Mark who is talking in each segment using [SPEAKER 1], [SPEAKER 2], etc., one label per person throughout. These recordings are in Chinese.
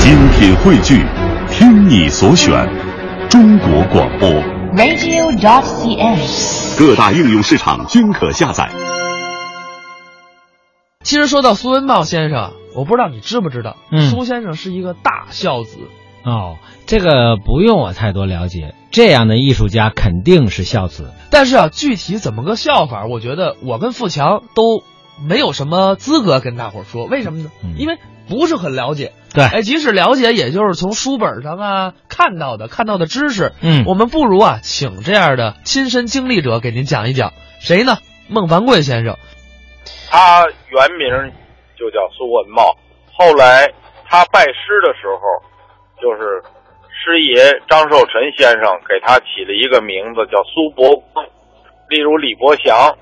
[SPEAKER 1] 精品汇聚，听你所选，中国广播。
[SPEAKER 2] radio.cn。
[SPEAKER 1] 各大应用市场均可下载。
[SPEAKER 3] 其实说到苏文茂先生，我不知道你知不知道，
[SPEAKER 4] 嗯
[SPEAKER 3] 苏先生是一个大孝子。
[SPEAKER 4] 哦，这个不用我太多了解，这样的艺术家肯定是孝子。
[SPEAKER 3] 但是啊，具体怎么个孝法，我觉得我跟富强都没有什么资格跟大伙儿说，为什么呢？
[SPEAKER 4] 嗯
[SPEAKER 3] 因为不是很了解。
[SPEAKER 4] 对
[SPEAKER 3] 哎，即使了解，也就是从书本上啊看到的、看到的知识。
[SPEAKER 4] 嗯
[SPEAKER 3] 我们不如啊，请这样的亲身经历者给您讲一讲，谁呢？孟凡贵先生。
[SPEAKER 5] 他原名就叫苏文茂，后来他拜师的时候，就是师爷张寿臣先生给他起了一个名字叫苏伯光，例如李伯祥，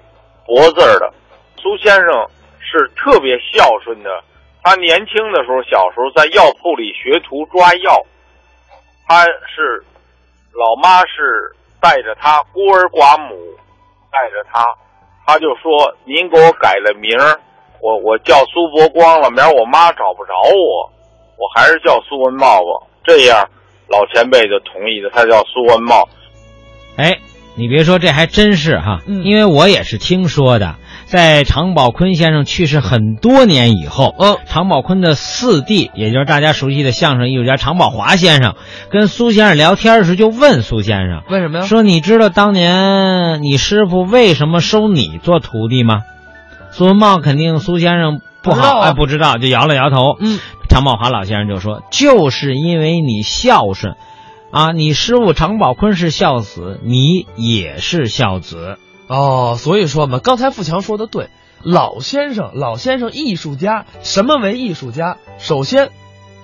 [SPEAKER 5] 伯字儿的。苏先生是特别孝顺的，他年轻的时候，小时候在药铺里学徒抓药，他是老妈是带着他孤儿寡母，带着他，他就说：“您给我改了名儿，我我叫苏伯光了，明儿我妈找不着我，我还是叫苏文茂吧。”这样，老前辈就同意了，他叫苏文茂。
[SPEAKER 4] 哎，你别说，这还真是哈，
[SPEAKER 3] 嗯
[SPEAKER 4] 因为我也是听说的，在常宝坤先生去世很多年以后，
[SPEAKER 3] 嗯
[SPEAKER 4] 常宝坤的四弟，也就是大家熟悉的相声艺术家常宝华先生，跟苏先生聊天的时候就问苏先生
[SPEAKER 3] 为什么呀？
[SPEAKER 4] 说：“你知道当年你师傅为什么收你做徒弟吗？”苏文茂肯定苏先生不
[SPEAKER 3] 不知道
[SPEAKER 4] 好
[SPEAKER 3] 啊
[SPEAKER 4] 哎，不知道就摇了摇头。
[SPEAKER 3] 嗯，
[SPEAKER 4] 常宝华老先生就说：“就是因为你孝顺，啊，你师傅常宝坤是孝子，你也是孝子。
[SPEAKER 3] 哦，所以说嘛，刚才富强说的对，老先生，老先生，艺术家，什么为艺术家？首先，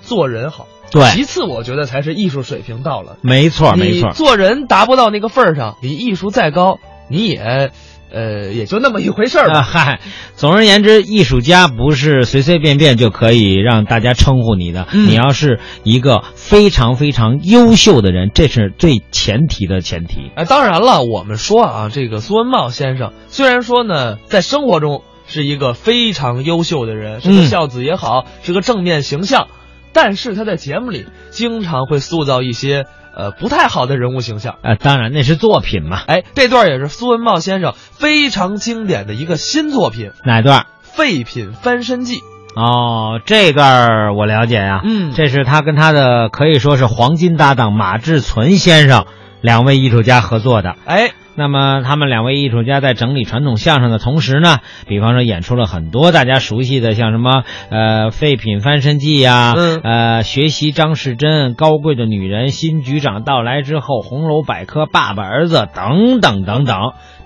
[SPEAKER 3] 做人好，
[SPEAKER 4] 对
[SPEAKER 3] 其次，我觉得才是艺术水平到了，
[SPEAKER 4] 没错，没
[SPEAKER 3] 你
[SPEAKER 4] 错，
[SPEAKER 3] 做人达不到那个份儿上，你艺术再高，你也，呃，也就那么一回事儿
[SPEAKER 4] 啊
[SPEAKER 3] 吧。
[SPEAKER 4] 嗨，总而言之，艺术家不是随随便便就可以让大家称呼你的。
[SPEAKER 3] 嗯
[SPEAKER 4] 你要是一个非常非常优秀的人，这是最前提的前提。
[SPEAKER 3] 哎，当然了，我们说啊，这个苏文茂先生虽然说呢，在生活中是一个非常优秀的人，是个
[SPEAKER 4] 嗯
[SPEAKER 3] 孝子也好，是个正面形象，但是他在节目里经常会塑造一些呃不太好的人物形象。
[SPEAKER 4] 啊，当然那是作品嘛。
[SPEAKER 3] 哎，这段也是苏文茂先生非常经典的一个新作品《
[SPEAKER 4] 哪段？
[SPEAKER 3] 废品翻身记》。
[SPEAKER 4] 哦，这段儿我了解啊呀、
[SPEAKER 3] 嗯
[SPEAKER 4] 这是他跟他的可以说是黄金搭档马志存先生两位艺术家合作的。
[SPEAKER 3] 哎，
[SPEAKER 4] 那么，他们两位艺术家在整理传统相声的同时呢，比方说演出了很多大家熟悉的，像什么呃《废品翻身记》呀，
[SPEAKER 3] 嗯
[SPEAKER 4] 呃，学习张士珍《高贵的女人》《新局长到来之后》《红楼百科》《爸爸儿子》等等等等，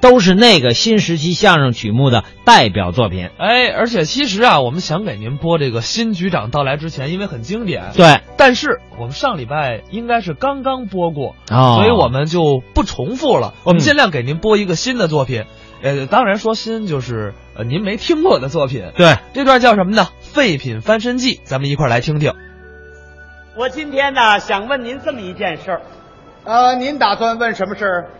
[SPEAKER 4] 都是那个新时期相声曲目的代表作品。
[SPEAKER 3] 哎，而且其实啊，我们想给您播这个新局长到来之前，因为很经典，
[SPEAKER 4] 对，
[SPEAKER 3] 但是我们上礼拜应该是刚刚播过，
[SPEAKER 4] 哦，
[SPEAKER 3] 所以我们就不重复了，我们
[SPEAKER 4] 嗯
[SPEAKER 3] 尽量给您播一个新的作品。呃，当然说新就是呃您没听过的作品，
[SPEAKER 4] 对。
[SPEAKER 3] 这段叫什么呢？《废品翻身记》，咱们一块儿来听听。
[SPEAKER 6] 我今天呢，想问您这么一件事儿：
[SPEAKER 7] 呃，您打算问什么事儿？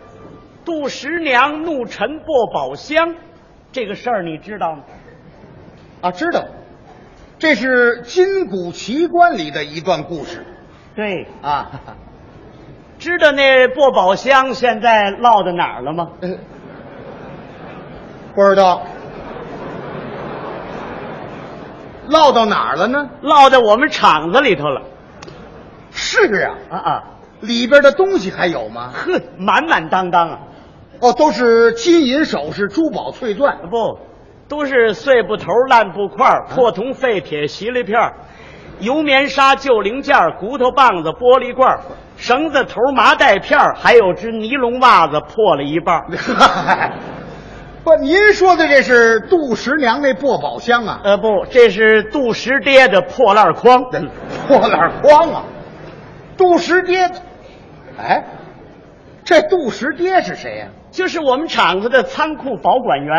[SPEAKER 6] 杜十娘怒沉薄宝箱，这个事儿你知道吗？
[SPEAKER 7] 啊，知道，这是《金谷奇观》里的一段故事
[SPEAKER 6] 对，
[SPEAKER 7] 啊。
[SPEAKER 6] 知道那薄宝箱现在落到哪儿了吗？
[SPEAKER 7] 呃不知道，落到哪儿了呢？
[SPEAKER 6] 落到我们厂子里头了。
[SPEAKER 7] 是啊，
[SPEAKER 6] 啊啊，
[SPEAKER 7] 里边的东西还有吗？
[SPEAKER 6] 呵，满满当当啊！
[SPEAKER 7] 哦，都是金银首饰、珠宝、翠钻。
[SPEAKER 6] 不，都是碎布头、烂布块
[SPEAKER 7] 啊
[SPEAKER 6] 儿、破铜、废铁、锡粒片儿、油棉纱、旧零件儿、骨头棒子、玻璃罐儿、绳子头、麻袋片儿，还有只尼龙袜子破了一半儿。
[SPEAKER 7] 不，您说的这是杜十娘那破宝箱啊，
[SPEAKER 6] 呃，不，这是杜十爹的破烂筐。
[SPEAKER 7] 破烂筐啊，杜十爹的。哎，这杜十爹是谁呀、
[SPEAKER 6] 就是我们厂子的仓库保管员，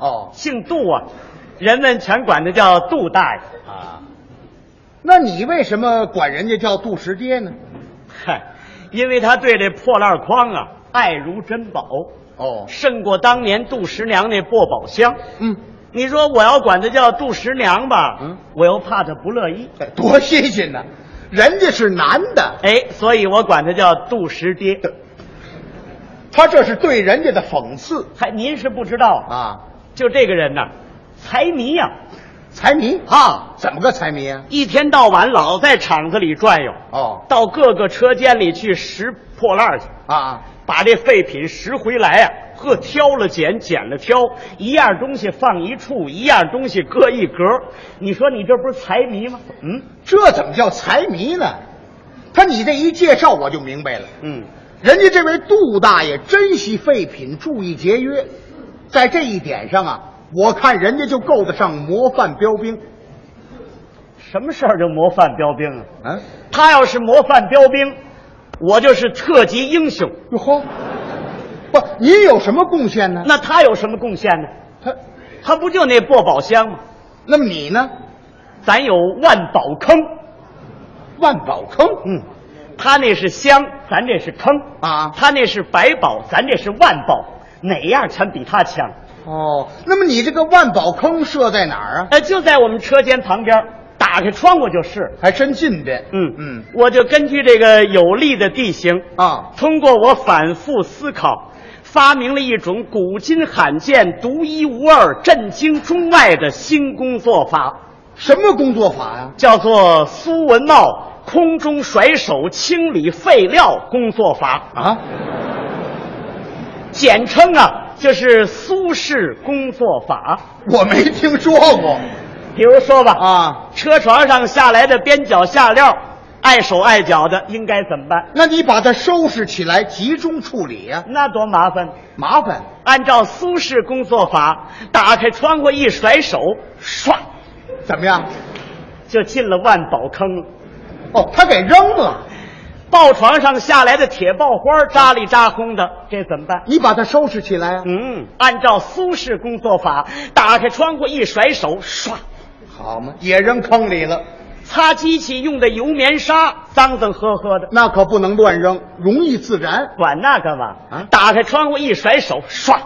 [SPEAKER 7] 哦，
[SPEAKER 6] 姓杜啊，人们全管他叫杜大爷。
[SPEAKER 7] 那你为什么管人家叫杜十爹呢？
[SPEAKER 6] 嗨，因为他对这破烂筐啊爱如珍宝，
[SPEAKER 7] 哦，
[SPEAKER 6] 胜过当年杜十娘那破宝箱。
[SPEAKER 7] 嗯，
[SPEAKER 6] 你说我要管他叫杜十娘吧，
[SPEAKER 7] 嗯
[SPEAKER 6] 我又怕他不乐意。
[SPEAKER 7] 哎多新鲜呐！人家是男的，
[SPEAKER 6] 哎，所以我管他叫杜十爹。
[SPEAKER 7] 他这是对人家的讽刺
[SPEAKER 6] 还您是不知道，
[SPEAKER 7] 啊！
[SPEAKER 6] 就这个人呐，财迷呀、
[SPEAKER 7] 财迷
[SPEAKER 6] 啊，
[SPEAKER 7] 怎么个财迷啊？
[SPEAKER 6] 一天到晚老在厂子里转悠，
[SPEAKER 7] 哦
[SPEAKER 6] 到各个车间里去拾破烂儿去，
[SPEAKER 7] 啊，
[SPEAKER 6] 把这废品拾回来呀、啊。呵，挑了捡，捡了挑，一样东西放一处，一样东西搁一格。你说你这不是财迷吗？嗯
[SPEAKER 7] 这怎么叫财迷呢？他你这一介绍我就明白了，
[SPEAKER 6] 嗯，
[SPEAKER 7] 人家这位杜大爷珍惜废品，注意节约，在这一点上啊，我看人家就够得上模范标兵。
[SPEAKER 6] 什么事儿就模范标兵啊？
[SPEAKER 7] 啊，
[SPEAKER 6] 他要是模范标兵，我就是特级英雄。
[SPEAKER 7] 哟呵，不，您有什么贡献呢？
[SPEAKER 6] 那他有什么贡献呢？
[SPEAKER 7] 他，
[SPEAKER 6] 他不就那薄宝箱吗？
[SPEAKER 7] 那么你呢？
[SPEAKER 6] 咱有万宝坑，
[SPEAKER 7] 万宝坑，
[SPEAKER 6] 嗯，他那是箱，咱这是坑
[SPEAKER 7] 啊
[SPEAKER 6] 他那是百宝，咱这是万宝，哪样全比他强？
[SPEAKER 7] 哦，那么你这个万宝坑设在哪儿啊？
[SPEAKER 6] 呃，就在我们车间旁边，打开窗户就是。
[SPEAKER 7] 还真近的，
[SPEAKER 6] 嗯
[SPEAKER 7] 嗯，
[SPEAKER 6] 我就根据这个有利的地形
[SPEAKER 7] 啊，
[SPEAKER 6] 通过我反复思考，发明了一种古今罕见、独一无二、震惊中外的新工作法，
[SPEAKER 7] 什么工作法呀、
[SPEAKER 6] 叫做苏文茂空中甩手清理废料工作法，
[SPEAKER 7] 啊？
[SPEAKER 6] 简称啊，就是苏式工作法。
[SPEAKER 7] 我没听说过
[SPEAKER 6] 比如说吧，
[SPEAKER 7] 啊。
[SPEAKER 6] 车床上下来的边角下料，碍手碍脚的，应该怎么办？
[SPEAKER 7] 那你把它收拾起来，集中处理呀、
[SPEAKER 6] 那多麻烦！
[SPEAKER 7] 麻烦。
[SPEAKER 6] 按照苏式工作法，打开窗户一甩手，唰，
[SPEAKER 7] 怎么样？
[SPEAKER 6] 就进了万宝坑了。
[SPEAKER 7] 哦，他给扔了，
[SPEAKER 6] 抱床上下来的铁爆花扎里扎轰的，这怎么办？
[SPEAKER 7] 你把它收拾起来啊。
[SPEAKER 6] 嗯，按照苏式工作法，打开窗户一甩手，唰，
[SPEAKER 7] 好嘛，也扔坑里了，
[SPEAKER 6] 擦机器用的油棉纱脏脏呵呵的，
[SPEAKER 7] 那可不能乱扔，容易自燃，
[SPEAKER 6] 管那干嘛？
[SPEAKER 7] 啊
[SPEAKER 6] 打开窗户一甩手，唰，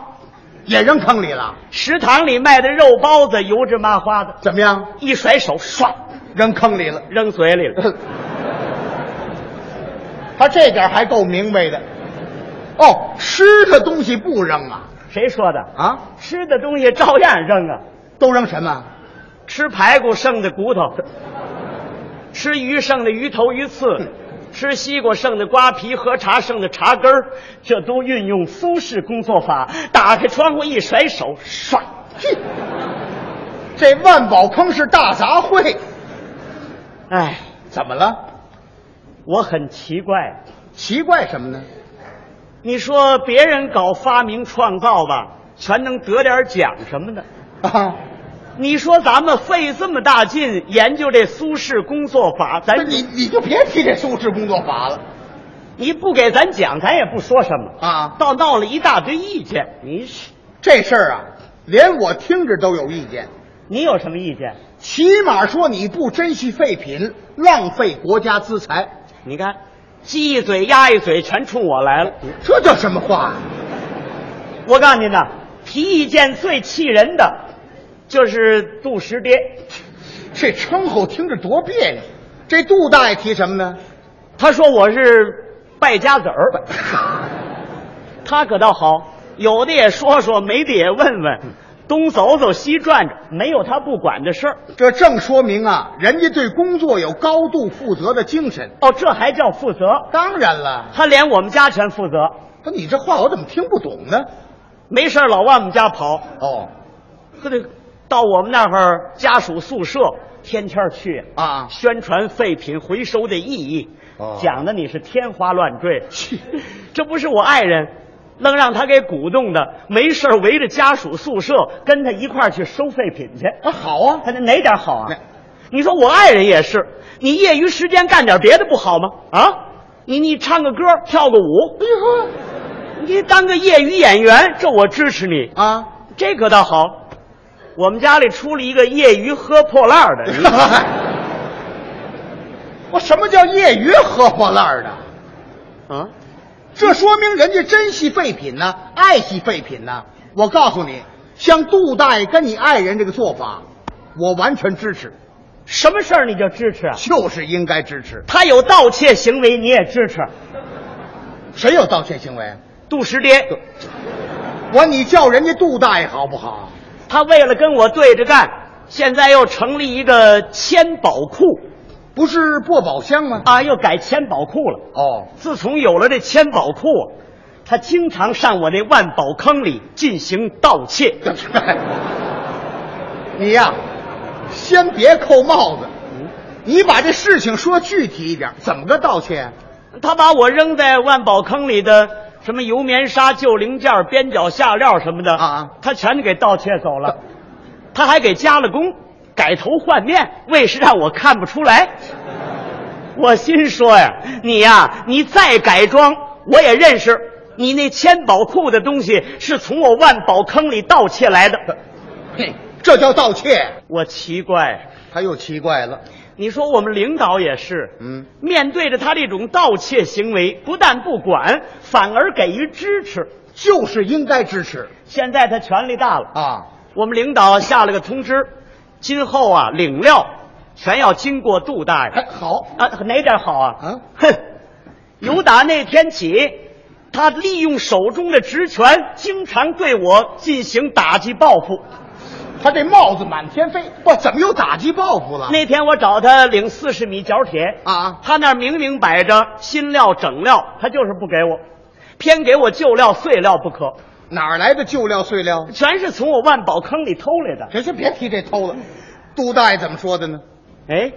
[SPEAKER 7] 也扔坑里了。
[SPEAKER 6] 食堂里卖的肉包子油脂麻花的，
[SPEAKER 7] 怎么样？
[SPEAKER 6] 一甩手，唰，
[SPEAKER 7] 扔坑里了。
[SPEAKER 6] 扔嘴里了。
[SPEAKER 7] 他这点还够明白的。哦，吃的东西不扔啊
[SPEAKER 6] 谁说的？
[SPEAKER 7] 啊，
[SPEAKER 6] 吃的东西照样扔啊，
[SPEAKER 7] 都扔什么？
[SPEAKER 6] 吃排骨剩的骨头，吃鱼剩的鱼头鱼刺，吃西瓜剩的瓜皮，喝茶剩的茶根儿，这都运用苏式工作法。打开窗户一甩手，唰，
[SPEAKER 7] 嘿，这万宝坑是大杂烩，
[SPEAKER 6] 哎，
[SPEAKER 7] 怎么了？
[SPEAKER 6] 我很奇怪，
[SPEAKER 7] 奇怪什么呢？
[SPEAKER 6] 你说别人搞发明创造吧，全能得点奖什么的。
[SPEAKER 7] 啊，
[SPEAKER 6] 你说咱们费这么大劲研究这苏式工作法，
[SPEAKER 7] 那
[SPEAKER 6] 咱
[SPEAKER 7] 你你就别提这收拾工作法了
[SPEAKER 6] 你不给咱讲，咱也不说什么，
[SPEAKER 7] 啊！
[SPEAKER 6] 倒闹了一大堆意见。你是
[SPEAKER 7] 这事儿啊，连我听着都有意见。
[SPEAKER 6] 你有什么意见？
[SPEAKER 7] 起码说你不珍惜废品，浪费国家资财，
[SPEAKER 6] 你看，鸡一嘴鸭一嘴，全冲我来了。
[SPEAKER 7] 这叫什么话？啊
[SPEAKER 6] 我告诉您呐，提意见最气人的就是杜十爹，
[SPEAKER 7] 这称呼听着多别扭。这杜大爷提什么呢？
[SPEAKER 6] 他说我是败家子儿，他可倒好，有的也说说，没的也问问，东走走西转转，没有他不管的事儿。
[SPEAKER 7] 这正说明啊，人家对工作有高度负责的精神。
[SPEAKER 6] 哦，这还叫负责？
[SPEAKER 7] 当然了，
[SPEAKER 6] 他连我们家全负责，
[SPEAKER 7] 不，你这话我怎么听不懂呢？
[SPEAKER 6] 没事儿老往我们家跑，
[SPEAKER 7] 哦，
[SPEAKER 6] 可得到我们那儿家属宿舍天天去
[SPEAKER 7] 啊
[SPEAKER 6] 宣传废品回收的意义，
[SPEAKER 7] 哦
[SPEAKER 6] 讲的你是天花乱坠。这不是我爱人，愣让他给鼓动的，没事儿围着家属宿舍跟他一块儿去收废品去。
[SPEAKER 7] 啊好啊，
[SPEAKER 6] 他那哪点好啊
[SPEAKER 7] 那？
[SPEAKER 6] 你说我爱人也是，你业余时间干点别的不好吗？啊，你你唱个歌，跳个舞，你当个业余演员，这我支持你。
[SPEAKER 7] 啊，
[SPEAKER 6] 这可倒好，我们家里出了一个业余喝破烂儿 的，你
[SPEAKER 7] 我什么叫业余喝破烂儿的？
[SPEAKER 6] 啊，
[SPEAKER 7] 这说明人家珍惜废品呢、爱惜废品呢、我告诉你，像杜大爷跟你爱人这个做法，我完全支持。
[SPEAKER 6] 什么事儿你就支持啊？
[SPEAKER 7] 就是应该支持。
[SPEAKER 6] 他有盗窃行为，你也支持？
[SPEAKER 7] 谁有盗窃行为？
[SPEAKER 6] 杜十爹，
[SPEAKER 7] 我你叫人家杜大爷好不好？
[SPEAKER 6] 他为了跟我对着干，现在又成立一个千宝库
[SPEAKER 7] 不是薄宝箱吗？
[SPEAKER 6] 啊，又改千宝库了。
[SPEAKER 7] 哦，
[SPEAKER 6] 自从有了这千宝库，他经常上我这万宝坑里进行盗窃。
[SPEAKER 7] 你呀、先别扣帽子，你把这事情说具体一点，怎么个盗窃啊？
[SPEAKER 6] 他把我扔在万宝坑里的什么油棉纱、旧零件、边角下料什么的
[SPEAKER 7] 啊
[SPEAKER 6] 他全给盗窃走了。他还给加了工，改头换面，为是让我看不出来。我心说呀，你呀、你再改装，我也认识。你那千宝库的东西是从我万宝坑里盗窃来的，
[SPEAKER 7] 嘿，这叫盗窃。
[SPEAKER 6] 我奇怪。
[SPEAKER 7] 他又奇怪了，
[SPEAKER 6] 你说我们领导也是，
[SPEAKER 7] 嗯，
[SPEAKER 6] 面对着他这种盗窃行为，不但不管，反而给予支持。
[SPEAKER 7] 就是应该支持
[SPEAKER 6] 现在他权力大了，
[SPEAKER 7] 啊！
[SPEAKER 6] 我们领导下了个通知，今后啊领料全要经过杜大
[SPEAKER 7] 哎，
[SPEAKER 6] 爷。
[SPEAKER 7] 好，
[SPEAKER 6] 啊，哪点好啊？
[SPEAKER 7] 啊
[SPEAKER 6] 哼，由打那天起，他利用手中的职权，经常对我进行打击报复。
[SPEAKER 7] 他这帽子满天飞，不，怎么又打击报复了？
[SPEAKER 6] 那天我找他领四十米角铁
[SPEAKER 7] 啊
[SPEAKER 6] 他那儿明明摆着新料整料，他就是不给我，偏给我旧料碎料不可，
[SPEAKER 7] 哪儿来的旧料碎料？
[SPEAKER 6] 全是从我万宝坑里偷来的。
[SPEAKER 7] 行行，别提这偷了。杜大爷怎么说的呢？
[SPEAKER 6] 哎，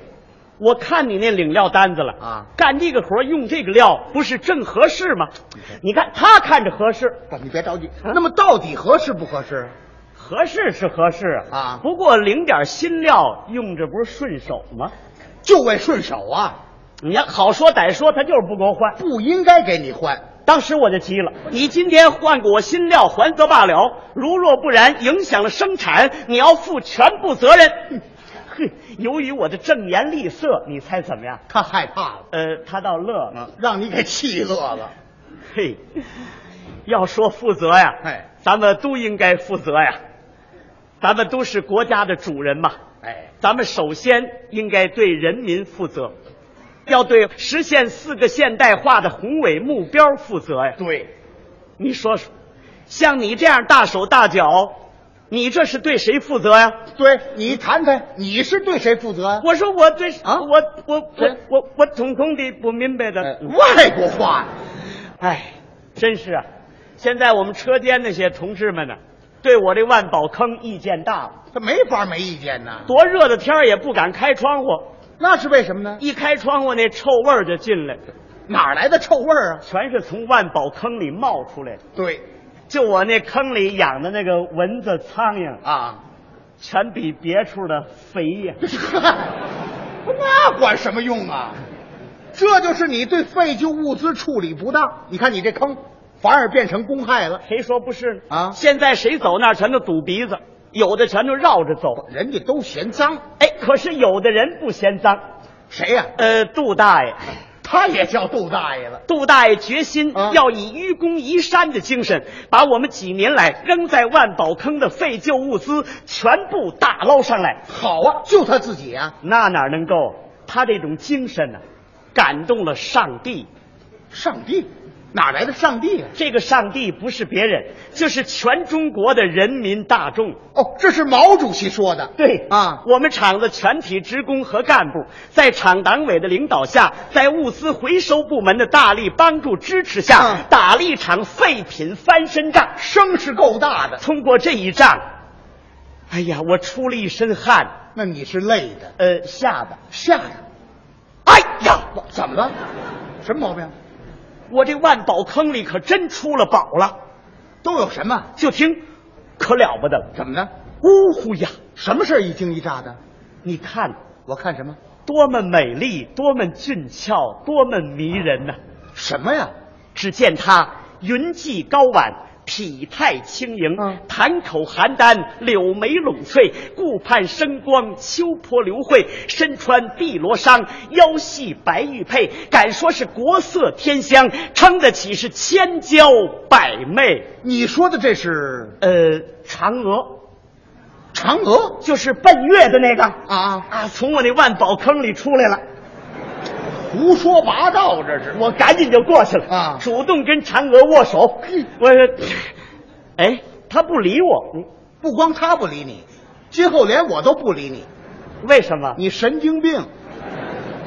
[SPEAKER 6] 我看你那领料单子了
[SPEAKER 7] 啊
[SPEAKER 6] 干这个活儿用这个料不是正合适吗？
[SPEAKER 7] 嗯
[SPEAKER 6] 你看他看着合适，
[SPEAKER 7] 不，你别着急。那么到底合适不合适？
[SPEAKER 6] 合适是合适
[SPEAKER 7] 啊
[SPEAKER 6] 不过领点新料用着不是顺手吗？
[SPEAKER 7] 就为顺手啊，
[SPEAKER 6] 你要好说歹说，他就是不给我换。
[SPEAKER 7] 不应该给你换。
[SPEAKER 6] 当时我就急了，你今天换给我新料，还则罢了；如若不然，影响了生产，你要负全部责任。哼哼，由于我的正言厉色，你猜怎么样？
[SPEAKER 7] 他害怕了，
[SPEAKER 6] 呃，他倒乐了。
[SPEAKER 7] 啊让你给气乐了。
[SPEAKER 6] 嘿，要说负责呀，
[SPEAKER 7] 哎
[SPEAKER 6] 咱们都应该负责呀，咱们都是国家的主人嘛。
[SPEAKER 7] 哎，
[SPEAKER 6] 咱们首先应该对人民负责，要对实现四个现代化的宏伟目标负责呀。
[SPEAKER 7] 对，
[SPEAKER 6] 你说说，像你这样大手大脚，你这是对谁负责呀？
[SPEAKER 7] 对你谈谈，你是对谁负责啊？
[SPEAKER 6] 我说我对
[SPEAKER 7] 啊
[SPEAKER 6] 我我我
[SPEAKER 7] 对
[SPEAKER 6] 我我统统的不明白
[SPEAKER 7] 呃
[SPEAKER 6] 的。
[SPEAKER 7] 外国话呀，
[SPEAKER 6] 哎，真是啊！现在我们车间那些同志们呢，对我这万宝坑意见大了。
[SPEAKER 7] 他没法没意见呐。
[SPEAKER 6] 多热的天儿也不敢开窗户，
[SPEAKER 7] 那是为什么呢？
[SPEAKER 6] 一开窗户那臭味儿就进来，
[SPEAKER 7] 哪儿来的臭味儿啊？
[SPEAKER 6] 全是从万宝坑里冒出来的。
[SPEAKER 7] 对
[SPEAKER 6] 就我那坑里养的那个蚊子、苍蝇，
[SPEAKER 7] 啊，
[SPEAKER 6] 全比别处的肥呀、
[SPEAKER 7] 那管什么用啊？这就是你对废旧物资处理不当。你看你这坑，反而变成公害了。
[SPEAKER 6] 谁说不是呢？
[SPEAKER 7] 啊
[SPEAKER 6] 现在谁走那儿全都堵鼻子，有的全都绕着走。
[SPEAKER 7] 人家都嫌脏，
[SPEAKER 6] 哎，可是有的人不嫌脏。
[SPEAKER 7] 谁呀、
[SPEAKER 6] 呃，杜大爷，
[SPEAKER 7] 他也叫杜大爷了。
[SPEAKER 6] 杜大爷决心
[SPEAKER 7] 啊
[SPEAKER 6] 要以愚公移山的精神，把我们几年来扔在万宝坑的废旧物资全部打捞上来。
[SPEAKER 7] 好啊，就他自己啊。
[SPEAKER 6] 那哪能够？他这种精神呢、感动了上帝。
[SPEAKER 7] 上帝，哪来的上帝啊？
[SPEAKER 6] 这个上帝不是别人，就是全中国的人民大众。
[SPEAKER 7] 哦，这是毛主席说的。
[SPEAKER 6] 对
[SPEAKER 7] 啊
[SPEAKER 6] 我们厂子全体职工和干部在厂党委的领导下，在物资回收部门的大力帮助支持下，
[SPEAKER 7] 嗯
[SPEAKER 6] 打了一场废品翻身仗。
[SPEAKER 7] 声势够大的。
[SPEAKER 6] 通过这一仗，哎呀，我出了一身汗，
[SPEAKER 7] 那你是累的，
[SPEAKER 6] 呃，下巴，
[SPEAKER 7] 吓呀！
[SPEAKER 6] 哎呀，
[SPEAKER 7] 我怎么了？什么毛病？
[SPEAKER 6] 我这万宝坑里可真出了宝了。
[SPEAKER 7] 都有什么？
[SPEAKER 6] 就听，可了不得了，
[SPEAKER 7] 怎么的？
[SPEAKER 6] 呜呼呀！
[SPEAKER 7] 什么事儿一惊一乍的？
[SPEAKER 6] 你看
[SPEAKER 7] 我看什么？
[SPEAKER 6] 多么美丽，多么俊俏，多么迷人呐、
[SPEAKER 7] 什么呀？
[SPEAKER 6] 只见他云髻高挽，体态轻盈，
[SPEAKER 7] 嗯
[SPEAKER 6] 潭口邯郸，柳眉拢翠，顾盼生光，秋波流慧，身穿碧罗裳，腰系白玉佩，敢说是国色天香，称得起是千娇百媚。
[SPEAKER 7] 你说的这是
[SPEAKER 6] 呃，嫦娥，
[SPEAKER 7] 嫦娥
[SPEAKER 6] 就是奔月的那个
[SPEAKER 7] 啊，
[SPEAKER 6] 啊，从我那万宝坑里出来了，
[SPEAKER 7] 胡说八道这是。
[SPEAKER 6] 我赶紧就过去了
[SPEAKER 7] 啊
[SPEAKER 6] 主动跟嫦娥握手。我说，哎，他不理我，嗯
[SPEAKER 7] 不光他不理你，今后连我都不理你，
[SPEAKER 6] 为什么？
[SPEAKER 7] 你神经病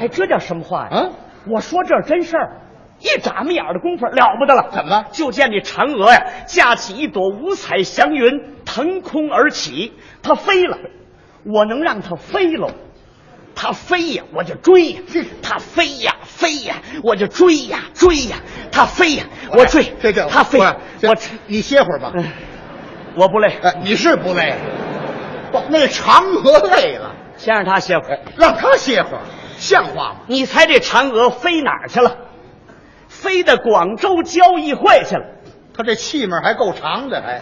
[SPEAKER 6] 哎，这叫什么话呀？
[SPEAKER 7] 啊！
[SPEAKER 6] 我说这是真事儿，一眨巴眼儿的功夫了不得了。
[SPEAKER 7] 怎么了
[SPEAKER 6] 就见这嫦娥呀，架起一朵五彩祥云，腾空而起，它飞了。我能让它飞喽，它飞呀，我就追呀
[SPEAKER 7] 哼；
[SPEAKER 6] 它飞呀，飞呀，我就追呀，追呀；它飞呀，我追；
[SPEAKER 7] 这这
[SPEAKER 6] 它飞，
[SPEAKER 7] 不是这
[SPEAKER 6] 我嗯
[SPEAKER 7] 你歇会儿吧。
[SPEAKER 6] 我不累，
[SPEAKER 7] 哎，你是不累，不，那嫦娥累了，
[SPEAKER 6] 先让它歇会儿。
[SPEAKER 7] 让她歇会儿，像话吗？
[SPEAKER 6] 你猜这嫦娥飞哪儿去了？飞到广州交易会去了。
[SPEAKER 7] 她这气门还够长的，还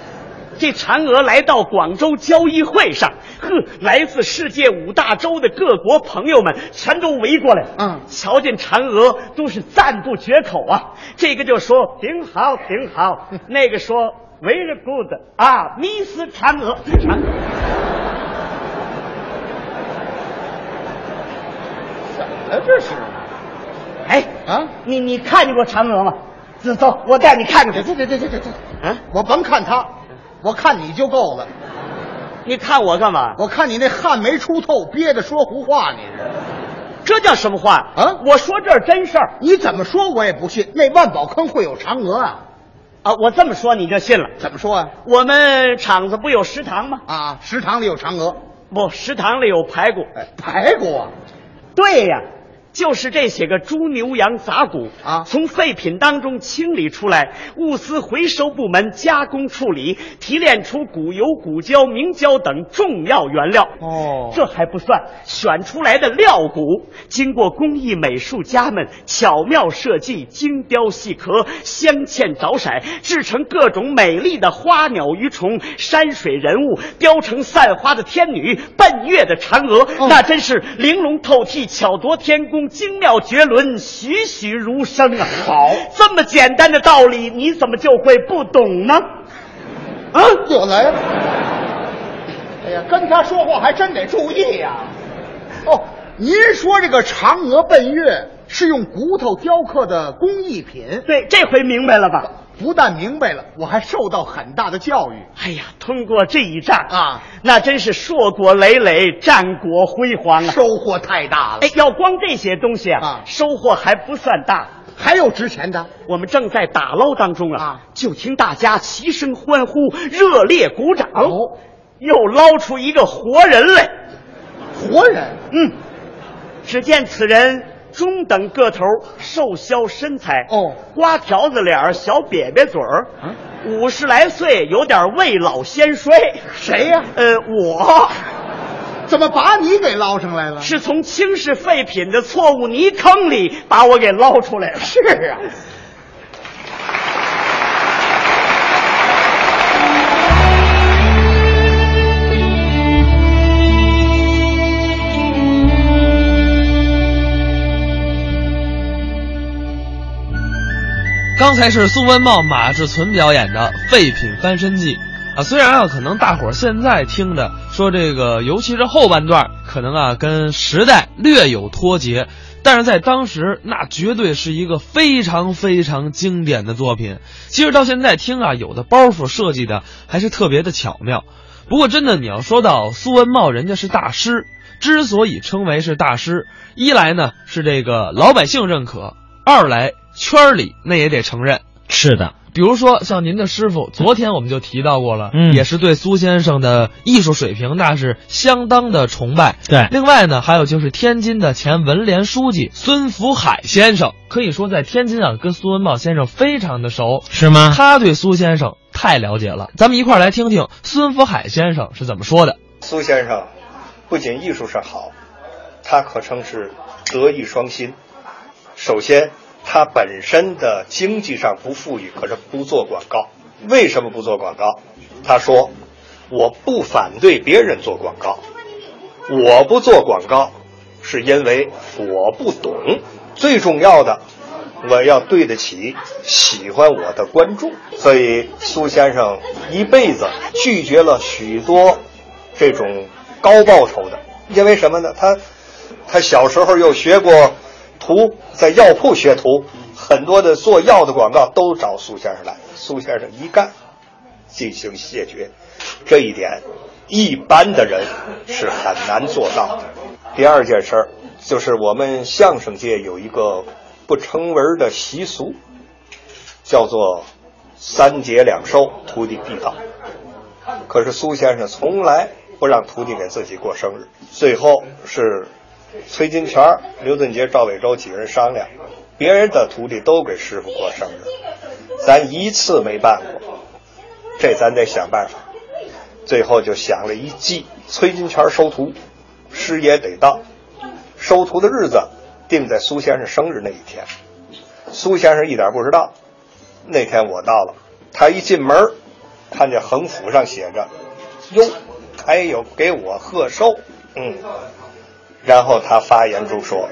[SPEAKER 6] 这嫦娥来到广州交易会上，呵，来自世界五大洲的各国朋友们全都围过来了。
[SPEAKER 7] 嗯
[SPEAKER 6] 瞧见嫦娥都是赞不绝口啊。这个就说挺好，挺 好；那个说 very good 啊，Miss 嫦娥，嫦娥。
[SPEAKER 7] 怎么了这是？
[SPEAKER 6] 哎
[SPEAKER 7] 啊
[SPEAKER 6] 你你看见过嫦娥吗？子走，我带你看
[SPEAKER 7] 这
[SPEAKER 6] 看去。
[SPEAKER 7] 这这这这这，
[SPEAKER 6] 啊，
[SPEAKER 7] 我甭看她，我看你就够了。
[SPEAKER 6] 你看我干嘛？
[SPEAKER 7] 我看你那汗没出透，憋着说胡话，你是？
[SPEAKER 6] 这叫什么话
[SPEAKER 7] 啊
[SPEAKER 6] 我说这是真事儿
[SPEAKER 7] 你怎么说我也不信，那万宝坑会有嫦娥啊？
[SPEAKER 6] 啊！我这么说你就信了。
[SPEAKER 7] 怎么说啊？
[SPEAKER 6] 我们厂子不有食堂吗？
[SPEAKER 7] 啊，食堂里有嫦娥，
[SPEAKER 6] 不，食堂里有排骨。
[SPEAKER 7] 哎，排骨啊，
[SPEAKER 6] 对呀，就是这些个猪牛羊杂骨
[SPEAKER 7] 啊
[SPEAKER 6] 从废品当中清理出来，物资回收部门加工处理，提炼出骨油、骨胶、明胶等重要原料。
[SPEAKER 7] 哦
[SPEAKER 6] 这还不算，选出来的料骨经过工艺美术家们巧妙设计，精雕细刻，镶嵌着色，制成各种美丽的花鸟鱼虫、山水人物，雕成散花的天女、奔月的嫦娥，
[SPEAKER 7] 哦
[SPEAKER 6] 那真是玲珑透剔、巧夺天工、精妙绝伦、栩栩如生啊！
[SPEAKER 7] 好
[SPEAKER 6] 这么简单的道理，你怎么就会不懂呢？啊，
[SPEAKER 7] 又来了。哎呀，跟他说话还真得注意呀、哦，您说这个嫦娥奔月是用骨头雕刻的工艺品，
[SPEAKER 6] 对，这回明白了吧？
[SPEAKER 7] 不但明白了，我还受到很大的教育。
[SPEAKER 6] 哎呀，通过这一战
[SPEAKER 7] 啊，
[SPEAKER 6] 那真是硕果累累，战果辉煌啊！
[SPEAKER 7] 收获太大了。
[SPEAKER 6] 哎，，要光这些东西
[SPEAKER 7] 啊
[SPEAKER 6] 啊，收获还不算大。
[SPEAKER 7] 还有值钱的，
[SPEAKER 6] 我们正在打捞当中
[SPEAKER 7] 啊
[SPEAKER 6] 啊，就听大家齐声欢呼，热烈鼓掌
[SPEAKER 7] 哦，
[SPEAKER 6] 又捞出一个活人来。
[SPEAKER 7] 活人
[SPEAKER 6] 嗯，只见此人中等个头，瘦削身材，
[SPEAKER 7] 哦啊
[SPEAKER 6] 瓜条子脸儿，小瘪瘪嘴儿，五十来岁，有点未老先衰。
[SPEAKER 7] 谁呀
[SPEAKER 6] 呃，我。
[SPEAKER 7] 怎么把你给捞上来了？
[SPEAKER 6] 是从轻视废品的错误泥坑里把我给捞出来了。是啊，
[SPEAKER 3] 刚才是苏文茂、马志存表演的《废品翻身记》啊，虽然啊，可能大伙儿现在听着说这个，尤其是后半段，可能啊跟时代略有脱节，但是在当时那绝对是一个非常非常经典的作品。其实到现在听啊，有的包袱设计的还是特别的巧妙。不过真的，你要说到苏文茂，人家是大师。之所以称为是大师，一来呢是这个老百姓认可，二来圈儿里那也得承认。
[SPEAKER 4] 是的，
[SPEAKER 3] 比如说像您的师傅，昨天我们就提到过了，
[SPEAKER 4] 嗯
[SPEAKER 3] 也是对苏先生的艺术水平那是相当的崇拜。
[SPEAKER 4] 对
[SPEAKER 3] 另外呢，还有就是天津的前文联书记孙福海先生，可以说在天津啊跟苏文茂先生非常的熟，
[SPEAKER 4] 是吗？
[SPEAKER 3] 他对苏先生太了解了。咱们一块儿来听听孙福海先生是怎么说的。
[SPEAKER 2] 苏先生不仅艺术上好，他可称是德艺双馨。首先，他本身的经济上不富裕，可是不做广告。为什么不做广告？他说：“我不反对别人做广告，我不做广告是因为我不懂。最重要的，我要对得起喜欢我的观众。所以，苏先生一辈子拒绝了许多这种高报酬的，因为什么呢？他他小时候又学过图，在药铺学图，很多的做药的广告都找苏先生来，苏先生一干进行谢绝，这一点一般的人是很难做到的。第二件事儿就是我们相声界有一个不成文的习俗，叫做三节两收，徒弟必到。可是苏先生从来不让徒弟给自己过生日。最后是崔金泉儿、刘俊杰、赵伟洲几个人商量，别人的徒弟都给师傅过生日，咱一次没办过，这咱得想办法。最后就想了一计，崔金泉收徒，师爷得到，收徒的日子定在苏先生生日那一天。苏先生一点不知道，那天我到了，他一进门儿看见横幅上写着“哟，还有给我贺寿”，嗯，然后他发言就说：“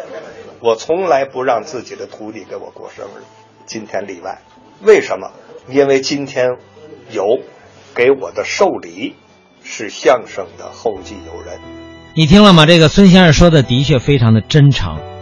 [SPEAKER 2] 我从来不让自己的徒弟给我过生日，今天例外。为什么？因为今天有给我的寿礼是相声的后继有人。”
[SPEAKER 4] 你听了吗？这个孙先生说的的确非常的真诚。